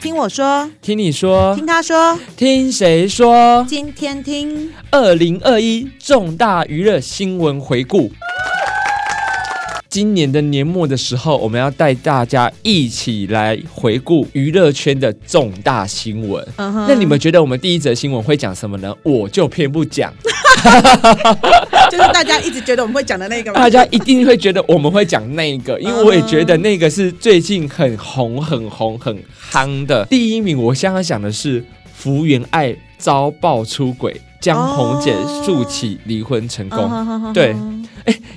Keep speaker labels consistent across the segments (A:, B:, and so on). A: 听我说，
B: 听你说，
A: 听他说，
B: 听谁说？
A: 今天听
B: 二零二一重大娱乐新闻回顾。今年的年末的时候，我们要带大家一起来回顾娱乐圈的重大新闻。
A: 嗯哼
B: 那你们觉得我们第一则新闻会讲什么呢？我就偏不讲，
A: 就是大家一直觉得我们会讲的那 个吗
B: 大？家一定会觉得我们会讲那个，因为我也觉得那个是最近很红、很红、很夯的。第一名，我想要讲的是福原爱遭爆出轨，江宏杰
A: 哦
B: 诉起离婚
A: 嗯
B: 成功。
A: 功
B: 对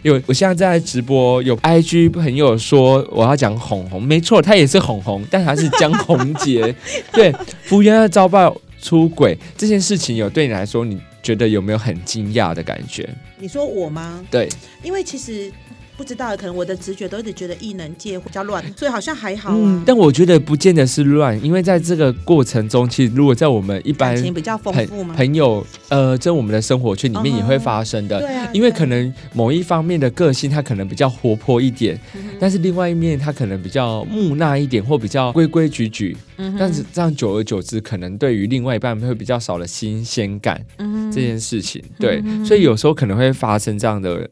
B: 有，我现在在直播，有 IG 朋友说我要讲红红，没错，他也是红红，但他是江宏杰。对，福原爱遭爆出轨这件事情，有对你来说，你觉得有没有很惊讶的感觉？
A: 你说我吗？
B: 对，
A: 因为其实不知道，可能我的直觉都一直觉得艺能界比较乱，所以好像还好啊。
B: 嗯，但我觉得不见得是乱，因为在这个过程中，其实如果在我们一般
A: 感情比较丰富
B: 朋
A: 吗？
B: 朋友，呃，在我们的生活圈里面也会发生的。
A: 对啊，
B: 因为
A: 对啊
B: 可能某一方面的个性，他可能比较活泼一点，
A: 嗯
B: 但是另外一面他可能比较木讷一点，或比较规规矩矩。
A: 嗯哼
B: 但是这样久而久之，可能对于另外一半会比较少了新鲜感、
A: 嗯
B: 这件事情。对，所以有时候可能会发生这样的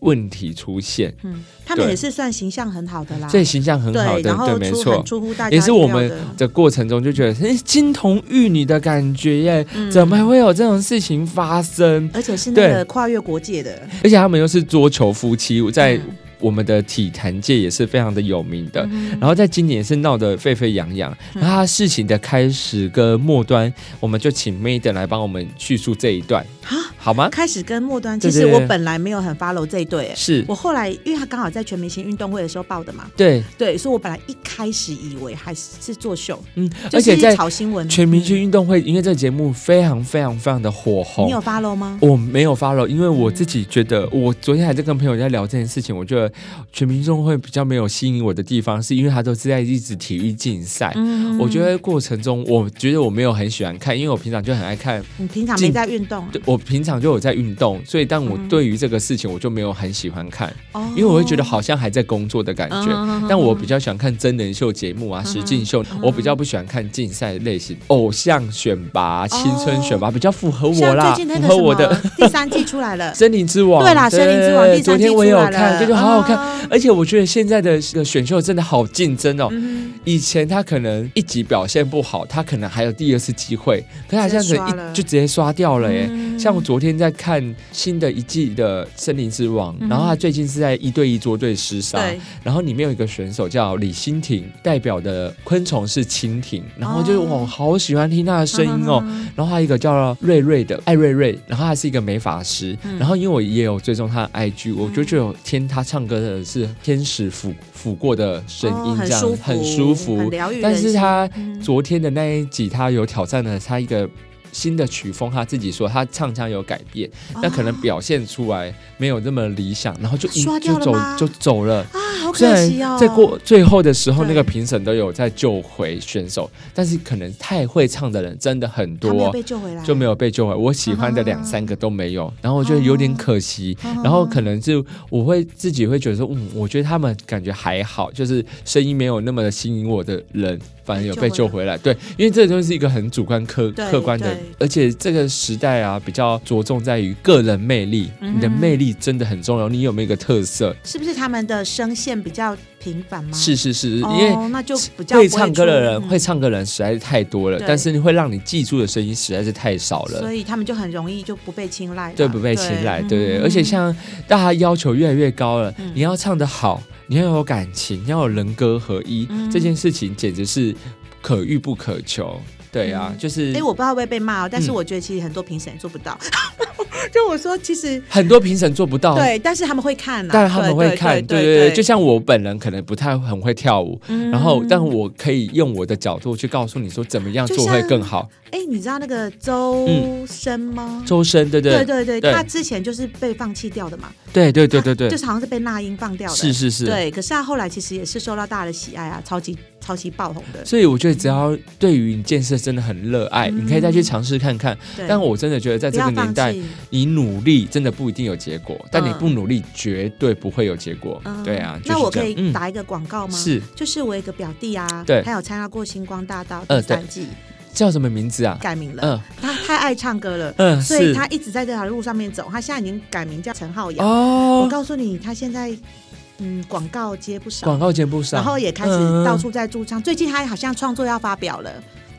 B: 问题出现。
A: 嗯，他们
B: 对
A: 也是算形象很好的啦。
B: 所以形象很好
A: 啊对，
B: 的，
A: 然后
B: 对，没
A: 出
B: 错
A: 很。出乎大家
B: 也是我
A: 意
B: 们
A: 料的
B: 的过程中就觉得，哎，金童玉女的感觉耶，
A: 嗯
B: 怎么会有这种事情发生？
A: 而且是那
B: 对
A: 个跨越国界的，
B: 而且他们又是桌球夫妻，在
A: 嗯
B: 我们的体坛界也是非常的有名的。然后在今年也是闹得沸沸扬扬。
A: 嗯
B: 然后他事情的开始跟末端，我们就请 Maiden 来帮我们叙述这一段，
A: 啊
B: 好吗？
A: 开始跟末端，
B: 啊对
A: 其
B: 对
A: 实我
B: 对
A: 本来没有很 follow 这一对，哎
B: 是
A: 我后来因为他刚好在全明星运动会的时候报的嘛，
B: 对，
A: 对，所以我本来一开始以为还是是作 秀，
B: 嗯，
A: 就
B: 而且
A: 是
B: 在
A: 炒新闻。
B: 全明星
A: 嗯
B: 运动会，因为这个节目非常非常非常的火红
A: 你有，follow 吗？
B: 我没有 follow，因为我自己觉得，我昨天还在跟朋友在聊这件事情，我觉得全民运动会比较没有吸引我的地方，是因为它都是在一直体育竞赛。
A: 嗯
B: 我觉得过程中，我觉得我没有很喜欢看，因为我平常就很爱看，
A: 你平常没在运动啊，
B: 对我平常就有在运动，所以但我对于这个事情我就没有很喜欢看，
A: 哦
B: 因为我会觉得好像还在工作的感觉。
A: 嗯
B: 但我比较喜欢看真人秀节目啊，实境秀，我比较不喜欢看竞赛类型，偶像选拔、青春选拔比较符合我
A: 哦像
B: 啦，
A: 最近
B: 符
A: 那个
B: 合我的
A: 什。么第三季出来 了，
B: 森林之王，
A: 对啦森林之王第三
B: 昨
A: 季
B: 天
A: 出
B: 我也有
A: 来了
B: 看，这就好好看。
A: 啊
B: 而且我觉得现在的这个选秀真的好竞争
A: 嗯
B: 哦。以前他可能一集表现不好，他可能还有第二次机会，可是他
A: 直接
B: 现在
A: 刷
B: 一
A: 了
B: 就直接刷掉了耶。
A: 嗯
B: 像我昨天在看新的一季的《森林之王》，然后他最近是在一对一捉对厮杀，
A: 嗯对
B: 然后里面有一个选手叫李欣婷，代表的昆虫是蜻蜓，然后就是
A: 哦
B: 我好喜欢听他的声音哦。
A: 嗯嗯
B: 然后还有一个叫瑞瑞的艾瑞瑞，然后他是一个美发师，
A: 嗯
B: 然后因为我也有追踪他的 IG，我就觉得天他唱歌的是天使抚抚过的声
A: 哦
B: 音，
A: 很
B: 这样、
A: 舒服
B: 很舒
A: 很
B: 服
A: 疗愈人心。嗯
B: 但是他昨天的那一集，他有挑战了他一个。新的曲风，他自己说他唱腔有改变，那、可能表现出来没有那么理想，然后就一
A: 刷掉
B: 就
A: 了
B: 走
A: 吗
B: 就走了。
A: 啊，好
B: 虽
A: 可
B: 然
A: 惜哦。
B: 在过最后的时候，
A: 对
B: 那个评审都有在救回选手，但是可能太会唱的人真的很
A: 他没有
B: 多啊
A: 被，啊救回来，
B: 就没有被救回。我喜欢的两三个都没有，然后我觉得有点可惜。
A: 嗯啊
B: 然后可能就我会自己会觉得说，嗯，我觉得他们感觉还好，就是声音没有那么的吸引我的人，反而有被救回来。对，因为这就是一个很主观客
A: 对
B: 客观的
A: 对，
B: 而且这个时代啊，比较着重在于个人魅力，
A: 嗯
B: 你的魅力真的很重要，你有没有一个特色？
A: 是不是他们的声线比较平凡吗？
B: 是是是，因
A: 哦，
B: 为
A: 那就比较
B: 会
A: 不出
B: 唱歌的人，
A: 嗯
B: 会唱歌的人实在是太多了
A: 对，
B: 但是会让你记住的声音实在是太少
A: 所
B: 了。
A: 以他们就很容易就不被青睐啦，
B: 对不被青睐，对对，
A: 嗯
B: 而且像大家要求越来越高了，你要唱得好，你要有感情，你要有人歌合一，
A: 嗯
B: 这件事情简直是可遇不可求。对啊，就是
A: 哎、我不知道会不会被骂哦，但是
B: 嗯
A: 我觉得其实很多评审也做不到。 就我说，其实
B: 很多评审做不到，
A: 对，但是他们会看啊，
B: 哦但他们
A: 对
B: 会
A: 对
B: 看，
A: 对嗯
B: 对对对，就像我本人可能不太很会跳舞，然后但我可以用我的角度去告诉你说怎么样
A: 就
B: 做会
A: 像
B: 更好。
A: 哎、你知道那个周
B: 嗯
A: 深吗？
B: 周深，对
A: 对
B: 对
A: 对对，
B: 对
A: 他之前就是被放弃掉的嘛，
B: 对对对对对
A: 他就，是好像是被那英放掉的，
B: 是是是，
A: 对。可是他后来其实也是受到大家的喜爱啊，超级超级爆红的。
B: 所以我觉得，只要对于你健身真的很热爱，
A: 嗯
B: 你可以再去尝试看看。
A: 对，
B: 但我真的觉得，在
A: 不
B: 这
A: 要
B: 个
A: 放
B: 年代，
A: 弃。
B: 你努力真的不一定有结果，但你
A: 嗯
B: 不努力绝对不会有结果。
A: 嗯
B: 对啊，
A: 那
B: 就是
A: 我
B: 这
A: 可
B: 样
A: 以打一个广告
B: 嗯、
A: 吗？，
B: 是
A: 就是我有一个表弟啊，
B: 对
A: 他有参加过星光大道第
B: 呃
A: 三季，
B: 叫什么名字啊？
A: 改名了。
B: 嗯
A: 他太爱唱歌了，
B: 嗯，
A: 所以
B: 是
A: 他一直在这条路上面走。他现在已经改名叫陈浩洋。我
B: 哦，
A: 告诉你，他现在嗯广告接不少，
B: 广告节目上，
A: 然后也开始
B: 嗯
A: 到处在驻唱。最近他好像创作要发表了。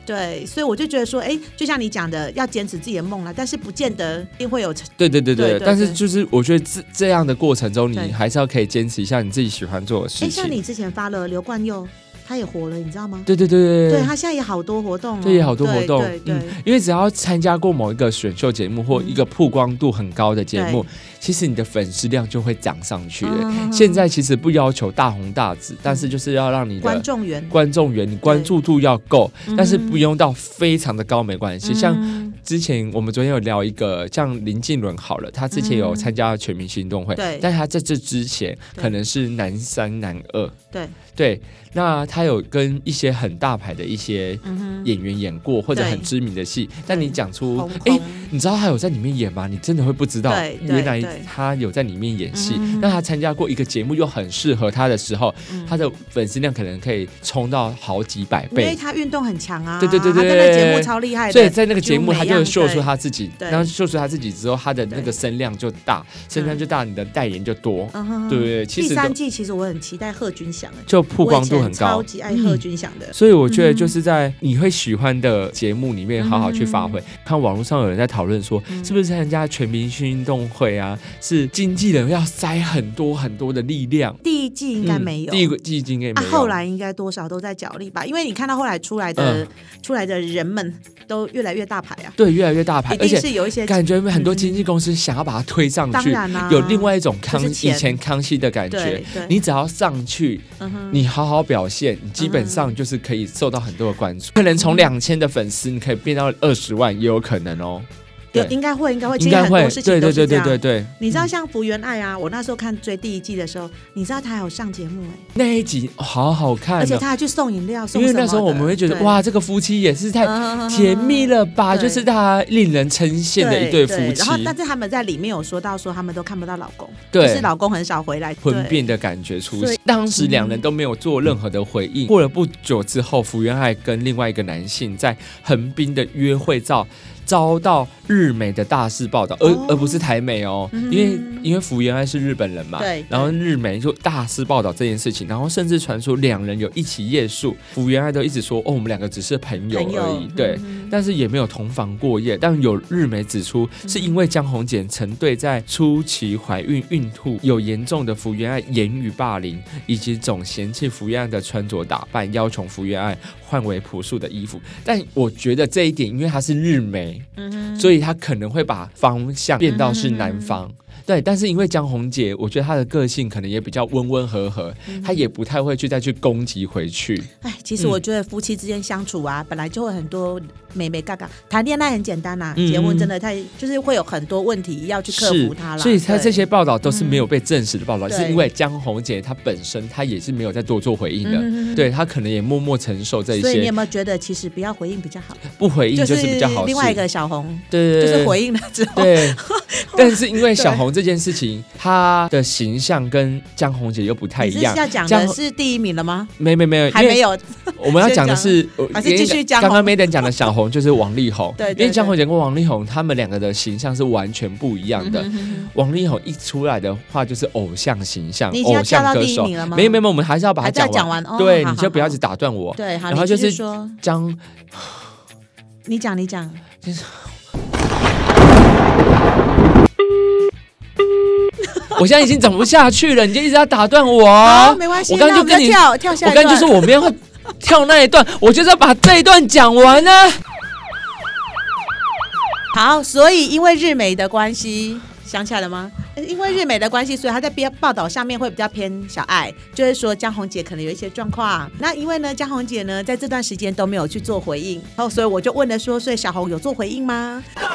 A: 对，所以我就觉得说，哎，就像你讲的，要坚持自己的梦了，但是不见得一定会有成。
B: 对对对
A: 对
B: 对，
A: 对
B: 但是
A: 对
B: 就是我觉得这这样的过程中，你
A: 对
B: 还是要可以坚持一下你自己喜欢做的事
A: 哎，
B: 情。
A: 像你之前发了刘冠佑，他也火了，你知道吗？
B: 对对对对
A: 对他现在也好多活动、哦，
B: 对也好多活动嗯
A: 对对对嗯
B: 因为只要参加过某一个选秀节目或一个曝光度很高的节目，其实你的粉丝量就会涨上去了。
A: 嗯
B: 现在其实不要求大红大紫，但是就是要让你
A: 观
B: 的
A: 众缘，
B: 观众缘、你关注度要够，但是不
A: 嗯
B: 用到非常的高没关系。像
A: 嗯
B: 之前我们昨天有聊一个，像林敬伦好了，他之前有参加全明星运动会，
A: 嗯对
B: 但他在这之前
A: 对
B: 可能是男三、男二，
A: 对，
B: 对，那他有跟一些很大牌的一些
A: 嗯哼，
B: 演员演过，或者
A: 对
B: 很知名的戏，但你讲出
A: 红，
B: 哎、
A: 红
B: 你知道他有在里面演吗？你真的会不知道
A: 对，对
B: 原来
A: 对
B: 他有在里面演戏
A: 嗯。
B: 那他参加过一个节目，又很适合他的时候，
A: 嗯
B: 他的粉丝量可能可以冲到好几百
A: 因为
B: 倍。
A: 他运动很强啊，
B: 对对对对
A: 他在那节目超厉害的，
B: 所以在那个节目，
A: 就
B: 他
A: 每样
B: 就秀出
A: 对
B: 他自己，
A: 啊对
B: 然后秀出他自己之后，他的那个
A: 对
B: 声量就大，声量就大，你的代言就多，
A: 嗯哼哼
B: 对不对？其
A: 第
B: 实都
A: 三季其实我很期待贺军翔，哎，
B: 就曝光度
A: 我以
B: 很
A: 前
B: 高嗯
A: 超，级爱贺军翔的，
B: 所以我觉得就是
A: 嗯
B: 在你会喜欢的节目里面好好去发挥。看网络上有人在讨论说，
A: 嗯
B: 是不是参加全明星运动会啊，是经纪人要塞很多很多的力量？
A: 第一季应该没有，
B: 嗯第一个季应该
A: 啊
B: 没有。，
A: 后来应该多少都在角力吧，因为你看到后来出来的、
B: 嗯
A: 出来的人们都越来越大牌啊，
B: 对越来越大牌
A: 一，
B: 而
A: 定
B: 且
A: 是有一些
B: 感觉很多经纪公司想要把它推上
A: 当
B: 去，
A: 然啦、
B: 有另外一种康
A: 就是
B: 以
A: 钱
B: 前康熙的感觉
A: 对。对，
B: 你只要上去，
A: 嗯哼
B: 你好好表现，你基本上
A: 嗯
B: 就是可以受到很多的关注，可能从两千的粉丝，你可以变到二十万，也有可能哦。
A: 有
B: 对
A: 应该会应该会，
B: 应
A: 其实
B: 该
A: 很
B: 会
A: 多事，情
B: 对
A: 都
B: 对
A: 是这
B: 对
A: 样。
B: 对对对。
A: 你知道像福原爱啊，我那时候看追第一季的时候，你知道她还有上节目哎、
B: 那一集好好看、哦，
A: 而且她还去送饮料，送
B: 因为
A: 什么
B: 那时候
A: 的
B: 我们会觉得
A: 对
B: 哇，这个夫妻也是太
A: 嗯
B: 甜蜜了吧，
A: 对
B: 就是他令人称羡的一
A: 对
B: 夫
A: 对
B: 妻
A: 然，后，但是他们在里面有说到说他们都看不到老公，
B: 对
A: 就是老公很少回来，
B: 婚
A: 对
B: 变的感觉出
A: 所
B: 现
A: 以。嗯
B: 当时两人都没有做任何的回应。过了不久之后，福原爱跟另外一个男性在横滨的约会照。遭到日美的大肆报道，而、
A: 哦
B: 而不是台美哦，
A: 嗯
B: 因为因为福原爱是日本人嘛，
A: 对对
B: 然后日美就大肆报道这件事情，然后甚至传出两人有一起夜宿，福原爱都一直说哦，我们两个只是朋友
A: 朋友
B: 而已，对，
A: 嗯
B: 但是也没有同房过夜。但有日媒指出，是因为江宏杰曾对在初期怀孕孕吐有严重的福原爱言语霸凌，以及总嫌弃福原爱的穿着打扮，要求福原爱换为朴素的衣服。但我觉得这一点，因为他是日媒，
A: 嗯嗯哼
B: 所以他可能会把方向变到是南方。对，但是因为江宏杰，我觉得她的个性可能也比较温温和和，
A: 嗯
B: 她也不太会去再去攻击回去。
A: 哎，其实我觉得夫妻之间相处啊，本来就会很多美美嘎嘎。谈恋爱很简单呐、
B: 嗯
A: 结婚真的太就是会有很多问题要去克
B: 是，
A: 服它啦。
B: 所以他
A: 对嗯
B: 这些报道都是没有被证实的报道，
A: 对
B: 是因为江宏杰她本身她也是没有再多做回应的。
A: 嗯
B: 对她可能也默默承受这一
A: 所以你
B: 些
A: 有，没有觉得其实不要回应比较好？
B: 不回应
A: 就
B: 就是呃比较好事。
A: 另外一个小红，
B: 对，对
A: 就
B: 对
A: 是回应了之后，
B: 对，但是因为小红这件事情，她的形象跟江宏杰又不太
A: 你
B: 一
A: 是
B: 样。
A: 要讲
B: 江
A: 的
B: 宏
A: 是第一名了吗？
B: 没没没有，
A: 还
B: 因为
A: 没有，
B: 我们要讲的是，我
A: 还是继续江
B: 刚
A: 宏
B: 刚 Maiden 讲的小红就是王力宏，
A: 对对
B: 因为江宏杰跟王力宏他们两个的形象是完全不一样的。
A: 嗯
B: 王力宏一出来的话就是偶像形象
A: 你已，经要
B: 偶像
A: 跳到
B: 歌
A: 第一
B: 手。
A: 名了吗？
B: 没有没有，我们还是要把它
A: 还在
B: 讲
A: 讲
B: 完。
A: 完哦。
B: 对，
A: 好
B: 你就不要一直
A: 好
B: 打断我。
A: 对，好，
B: 然后
A: 你
B: 就
A: 继续
B: 是
A: 说，
B: 江
A: 你讲你讲，
B: 我现在已经讲不下去了，你就一直要打断我。
A: 好，没关系，
B: 我刚
A: 那
B: 刚就
A: 我们
B: 跟你，
A: 跳跳下
B: 我
A: 一
B: 刚
A: 段，
B: 刚就说我们要跳那一段，我就是要把这一段讲完啊呢、
A: 好，所以因为日美的关系，想起来了吗？呃因为日美的关系，所以他在编报道上面会比较偏小爱，就是说江宏杰可能有一些状况。那因为呢，江宏杰呢在这段时间都没有去做回应，然后所以我就问了说，所以小红有做回应吗？
B: 嗯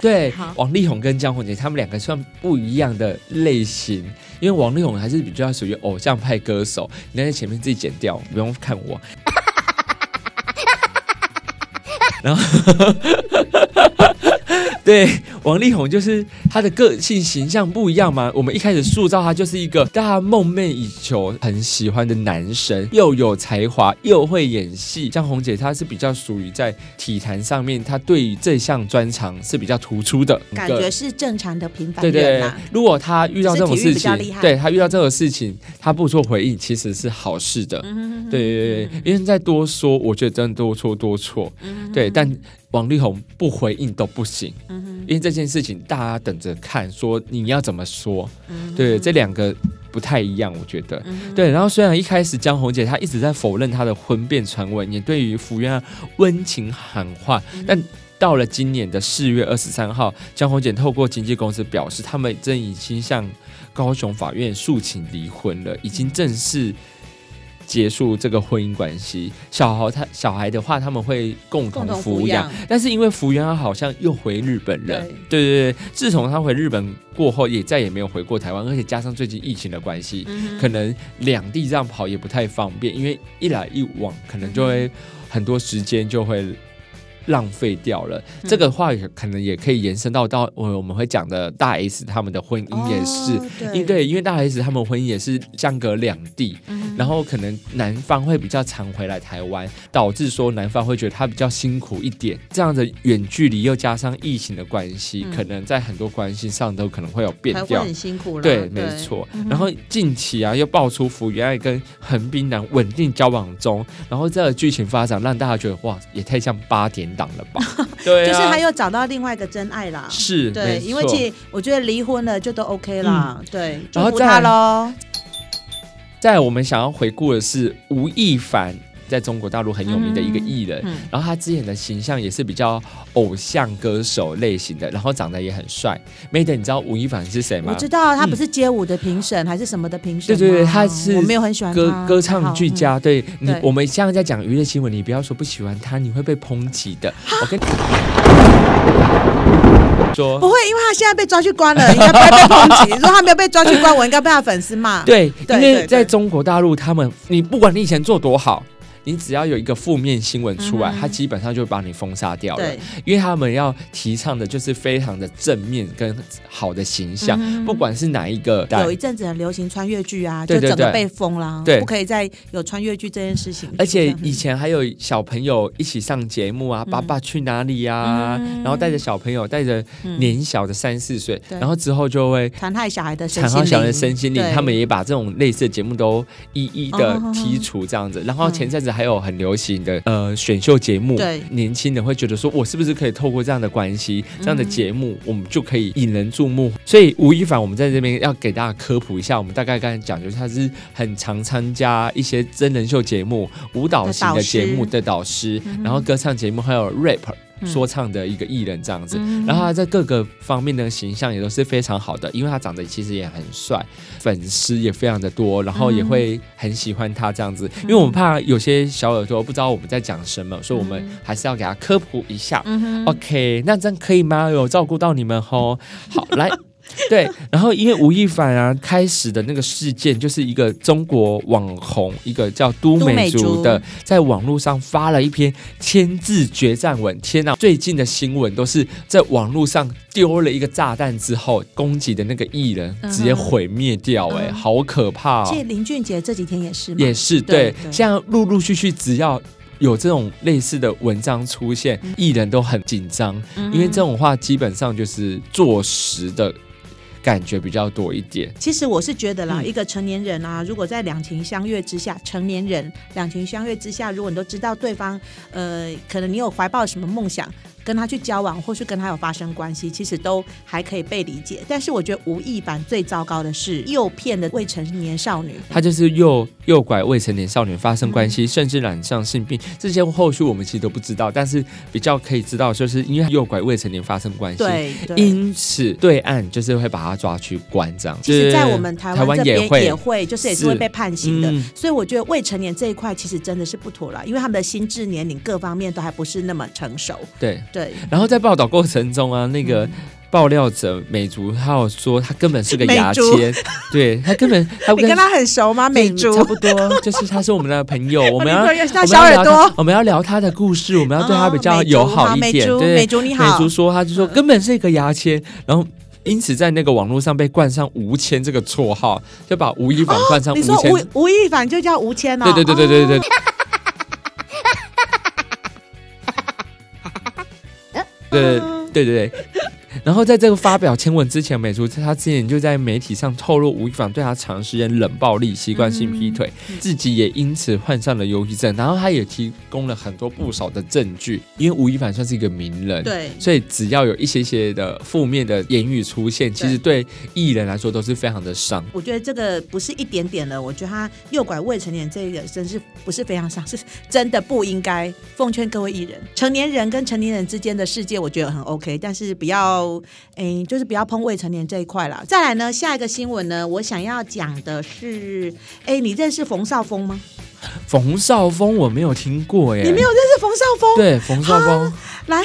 B: 对
A: 好，
B: 王力宏跟江宏杰他们两个算不一样的类型，因为王力宏还是比较属于偶像派歌手，你在前面自己剪掉，不用看我。然后，对王力宏就是他的个性形象不一样嘛。我们一开始塑造他就是一个大家梦寐以求、很喜欢的男神，又有才华，又会演戏。像红姐，她是比较属于在体坛上面，她对于这项专长是比较突出的。
A: 感
B: 一个
A: 觉是正常的平凡
B: 对对
A: 人啊
B: 对
A: 啦。，
B: 如果他遇到这种
A: 只是体育
B: 事
A: 比较
B: 情
A: 厉害，
B: 对他遇到这种事情，他不做回应其实是好事的。
A: 嗯
B: 对对对，因为再多说，我觉得真的多错多错。
A: 嗯
B: 对，但王力宏不回应都不行，
A: 嗯
B: 因为这件事情大家等着看，说你要怎么说。
A: 嗯
B: 对，这两个不太一样，我觉得。
A: 嗯
B: 对，然后虽然一开始江宏姐她一直在否认她的婚变传闻，也对于福原爱啊温情喊话，
A: 嗯
B: 但到了今年的四月二十三号，江宏姐透过经纪公司表示，他们正已经向高雄法院诉请离婚了，已经正式。结束这个婚姻关系，小豪他小孩的话，他们会共
A: 共
B: 同
A: 同
B: 抚
A: 抚
B: 养
A: 养，
B: 但是因为福原爱好像又回日本了，对对对，自从他回日本过后，也再也没有回过台湾，而且加上最近疫情的关系，
A: 嗯
B: 可能两地这样跑也不太方便，因为一来一往，可能就会很多时间就会浪费掉了。
A: 嗯
B: 这个话也可能也可以延伸到到我我们会讲的大 S 他们的婚姻也是。
A: 是
B: 因对，因为大 S 他们婚姻也是相隔两地，
A: 嗯
B: 然后可能男方会比较常回来台湾，导致说男方会觉得他比较辛苦一点。这样的远距离又加上疫情的关系，
A: 嗯
B: 可能在很多关系上都可能会有变
A: 还会
B: 调。
A: 很辛苦啦。
B: 对，没错。
A: 嗯
B: 然后近期啊，又爆出福原爱跟横滨男稳定交往中，然后这个剧情发展让大家觉得哇，也太像八点档了吧？ 对、啊，
A: 就是他又找到另外一个真爱啦。
B: 是
A: 对，
B: 没
A: 因为
B: 错嗯
A: 其实我觉得离婚了就都 OK 啦，对，祝
B: 然后
A: 福
B: 再
A: 他喽。
B: 再来我们想要回顾的是吴亦凡，在中国大陆很有名的一个艺人。
A: 嗯
B: 然后他之前的形象也是比较偶像歌手类型的，然后长得也很帅。Maiden，你知道吴亦凡是谁
A: 我
B: 吗？嗯
A: 知道他不是街舞的评审、还是什么的评审吗，
B: 对对对他是
A: 我没有很喜欢
B: 歌
A: 他嗯
B: 歌唱俱，佳，对你
A: 对，
B: 我们现在在讲娱乐新闻，你不要说不喜欢他，你会被抨击的。我 跟你
A: 还好嗯不
B: 说，
A: 会，因为他现在被抓去关了，应该不会被抨击。如果他没有被抓去关，我应该被他粉丝骂。
B: 对，
A: 对
B: 因
A: 对
B: 为
A: 对
B: 在中国大陆，他们你不管你以前做多好，你只要有一个负面新闻出来
A: 嗯，哼
B: 他基本上就会把你封杀掉了
A: 对。，
B: 因为他们要提倡的就是非常的正面跟好的形象，
A: 嗯
B: 不管是哪一个代
A: 有一阵子很流行穿越剧啊，
B: 对
A: 就
B: 对
A: 整个
B: 对
A: 被封啦，
B: 对
A: 不可以再有穿越剧这件事情。
B: 而且
A: 就这样
B: 以前还有小朋友一起上节目啊，爸爸去哪里呀、啊？
A: 嗯
B: 然后带着小朋友，带着年小的三四岁，
A: 对
B: 然后之后就会
A: 残害小孩的身
B: 产
A: 心
B: 后
A: 灵，
B: 小人身心灵嗯
A: 对，
B: 他们也把这种类似的节目都一一的
A: 哦
B: 剔除这样子。然后
A: 嗯
B: 前阵子还有很流行的呃选秀节目
A: 对，
B: 年轻人会觉得说，我是不是可以透过这样的关系、这样的节目，我们就可以引人注目。所以吴亦凡，我们在这边要给大家科普一下，我们大概刚才讲，就是他是很常参加一些真人秀节目、舞蹈型的节目的导嗯师，然后歌唱节目还有 rap。说唱的一个艺人这样子，然后他在各个方面的形象也都是非常好的，因为他长得其实也很帅，粉丝也非常的多，然后也会很喜欢他这样子。因为我们怕有些小耳朵不知道我们在讲什么，所以我们还是要给他科普一下。OK，那
A: 嗯
B: 这样可以吗？有照顾到你们 吼。好，来。对，然后因为吴亦凡啊，开始的那个事件就是一个中国网红，一个叫都
A: 都
B: 美
A: 美
B: 竹
A: 竹
B: 的，在网络上发了一篇千字决战文。天哪，最近的新闻都是在网络上丢了一个炸弹之后，攻击的那个艺人
A: 嗯哼
B: 直接毁灭掉、欸，哎、
A: 嗯
B: 好可怕、
A: 其实
B: 哦！
A: 林俊杰这几天也是嘛，
B: 也是
A: 对
B: 对
A: 对，
B: 现在陆陆续续只要。有这种类似的文章出现，
A: 嗯
B: 艺人都很紧张，因为这种话基本上就是坐实的感觉比较多一点。
A: 其实我是觉得啦，
B: 嗯
A: 一个成年人啊，如果在两情相悦之下，成年人两情相悦之下，如果你都知道对方，呃，可能你有怀抱什么梦想，跟他去交往，或是跟他有发生关系，其实都还可以被理解。但是我觉得吴亦凡最糟糕的是诱骗的未成年少女，
B: 他就是诱诱拐未成年少女发生关
A: 嗯
B: 系，甚至染上性病，这些后续我们其实都不知道，但是比较可以知道，就是因为诱拐未成年发生关系，
A: 对对。
B: 因此对岸就是会把他抓去关这样。
A: 其实，在我们
B: 对
A: 台湾这边
B: 也会
A: 也会，就是也是会
B: 是
A: 被判刑的
B: 嗯，
A: 所以我觉得未成年这一块其实真的是不妥了，因为他们的心智年龄各方面都还不是那么成熟。
B: 对
A: 对，
B: 然后在报道过程中啊，那
A: 嗯
B: 个爆料者美竹他有说他根本是个牙签，对他根本 他
A: 你跟他很熟吗？美
B: 对
A: 珠
B: 差，不多，就是他是我们的朋 友，我们
A: 要
B: 要。我们
A: 小
B: 要
A: 耳
B: 聊他
A: 朵，，
B: 我们要聊他的故事，我们要对他比较
A: 哦美竹
B: 友好一
A: 美
B: 点。
A: 珠
B: 对，
A: 美竹你好，嗯
B: 美竹说，她就说根本是一个牙签，然后因此在那个网络上被冠上“吴签”这个绰号，就把吴亦凡冠上“
A: 哦你
B: 吴
A: 说
B: 签”
A: 吴吴亦凡就叫吴谦哦，
B: 对对对对 对对
A: 哦，
B: 对。对对对对，然后在这个发表签文之前，美竹她之前就在媒体上透露吴亦凡对她长时间冷暴力、习惯性
A: 嗯
B: 劈腿，自己也因此患上了忧郁症。然后她也提供了很多不少的证据，因为吴亦凡算是一个名人，
A: 对
B: 所以只要有一些些的负面的言语出现，其实对艺人来说都是非常的伤。
A: 我觉得这个不是一点点了，我觉得他诱拐未成年这个真是不是非常伤，是真的不应该。奉劝各位艺人，成年人跟成年人之间的世界，我觉得很 OK，但是不要，哎，就是不要碰未成年这一块啦。再来呢，下一个新闻呢，我想要讲的是，哎，你认识冯绍峰吗？
B: 冯绍峰我没有听过耶，
A: 你没有认识冯绍峰？
B: 对冯绍
A: 啊
B: 峰，
A: 来，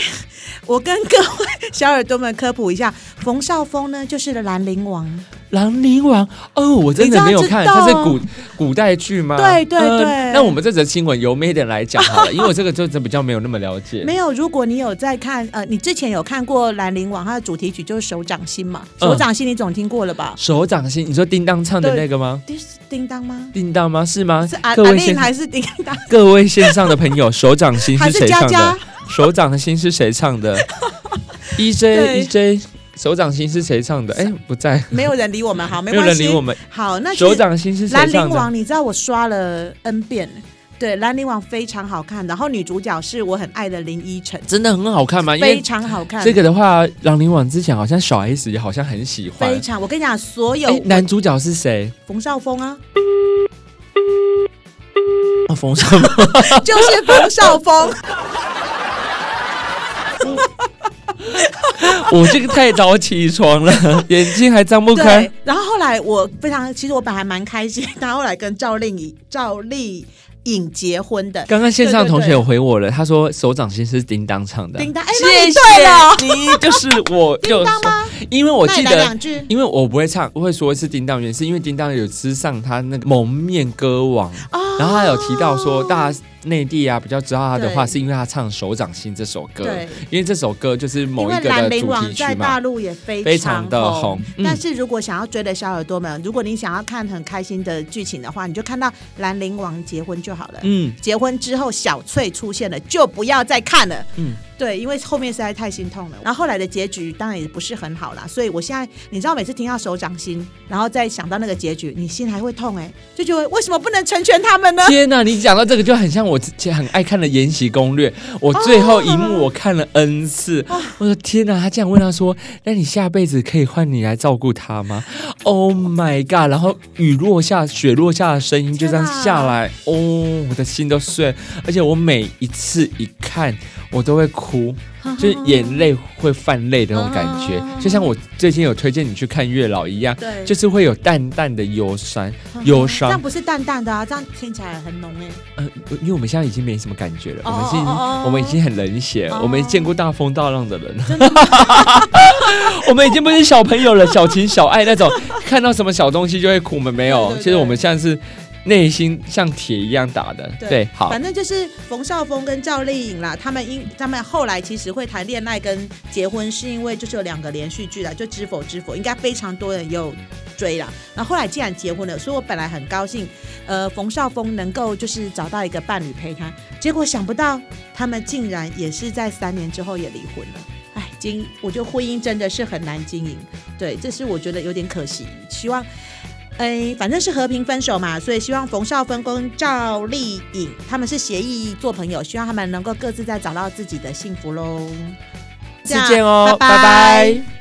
A: 我跟各位小耳朵们科普一下，冯绍峰呢就是兰陵王，
B: 兰陵王哦，我真的没有看，
A: 你知道
B: 它
A: 知
B: 是
A: 道
B: 古古代剧吗？
A: 对对
B: 嗯
A: 对
B: 那我们这则新闻由 Maiden 来 讲好了，因为我这个就真比较没有那么了解。
A: 没有，如果你有在看，呃，你之前有看过《兰陵王》，它的主题曲就是《手掌心》嘛，《
B: 嗯
A: 手掌心》你总听过了吧？
B: 手掌心，你说叮当唱的那个吗？
A: 这是叮当吗？
B: 叮当吗？是吗？
A: 是阿啊
B: 各
A: 阿
B: 位
A: 令
B: 线
A: 还是叮当？
B: 各位线上的朋友，手掌心
A: 还
B: 是
A: 是
B: 谁
A: 佳
B: 唱
A: 佳
B: 的？？手掌心是谁唱 的？E
A: 对
B: ？EJ EJ，手掌心是谁唱的？哎，不在，
A: 没有人理我 们，好，没
B: 没有
A: 关
B: 人
A: 系
B: 理。我们。
A: 好，那
B: 手
A: 是
B: 掌心是谁
A: 兰陵
B: 唱的？
A: 王》，你知道我刷了 N 遍。对，《兰陵王》非常好看，然后女主角是我很爱的林依晨，
B: 真的很好看吗？因
A: 非
B: 为
A: 常好看。
B: 这个的话，兰陵王之前好像小 S 也好像很喜欢
A: 非。常，我跟你讲，所有
B: 哎，男主角是谁？
A: 冯绍峰啊，哦
B: 啊冯绍峰。
A: 就是冯绍峰。
B: 我这个太早起床 了，眼睛还张不开
A: 对。，然后后来我非常，其实我本来还蛮开心，他后来跟赵丽颖、赵丽颖结婚的。
B: 刚刚线上的同
A: 对
B: 学
A: 对对
B: 有回我了，他说手掌心是叮当唱的。
A: 叮当，哎，那
B: 谢
A: 你
B: 谢
A: 对了，
B: 你，就是我，就
A: 叮当吗？
B: 因为我
A: 那
B: 记
A: 你来
B: 得
A: 两句
B: 因为我不会唱，不会说是叮当原因是因为叮当有吃上他那个蒙面歌王，
A: 哦
B: 然后他有提到说，大家内地啊比较知道他的话，
A: 对
B: 是因为他唱《手掌心》这首歌，
A: 对，
B: 因为这首歌就是
A: 因
B: 某一
A: 为
B: 个
A: 兰
B: 的
A: 陵
B: 主
A: 王
B: 题
A: 在
B: 曲
A: 大
B: 嘛。
A: 陆也非
B: 非常的
A: 红
B: 红，嗯
A: 但是如果想要追的小耳朵们，如果你想要看很开心的剧情的话，你就看到兰陵王结婚就好了。
B: 嗯，
A: 结婚之后，小翠出现了，就不要再看了。嗯
B: 嗯，
A: 对，因为后面实在太心痛了。然后后来的结局当然也不是很好啦，所以我现在你知道，每次听到手掌心，然后再想到那个结局，你心还会痛哎、就觉得为什么不能成全他们呢？
B: 天呐，你讲到这个就很像我之前很爱看的《延禧攻略》，我最后一幕我看了 N 次，我说天呐，他竟然问他说：“那你下辈子可以换你来照顾他吗？”Oh my god！然后雨落下、雪落下的声音就这样下来，哦，我的心都碎了，而且我每一次一看，我都会哭。就是眼泪会泛泪的那种感觉
A: 啊，
B: 就像我最近有推荐你去看月老一样，
A: 对，
B: 就是会有淡淡的忧伤，忧
A: 这样
B: 伤。
A: 不是淡淡的啊，这样听起来很浓哎、
B: 呃，因为我们现在已经没什么感觉了，
A: 哦
B: 我们已经、
A: 哦哦哦
B: 我们已经很冷血了
A: 哦
B: 我们见过大风大浪的人， 我们已经不是小朋友了，小情小爱那种，看到什么小东西就会哭，我们没有，
A: 对对对
B: 其实我们现在是内心像铁一样打的，
A: 对
B: 对，好，
A: 反正就是冯绍峰跟赵丽颖啦，他们因他们后来其实会谈恋爱跟结婚，是因为就是有两个连续剧啦，就《知否知否》，应该非常多人有追啦。然后后来既然结婚了，所以我本来很高兴，呃，冯绍峰能够就是找到一个伴侣陪他，结果想不到他们竟然也是在三年之后也离婚了。哎，经我觉得婚姻真的是很难经营，对，这是我觉得有点可惜。希望哎，反正是和平分手嘛，所以希望冯绍峰跟赵丽颖他们是协议做朋友，希望他们能够各自再找到自己的幸福喽。
B: 再见哦，拜拜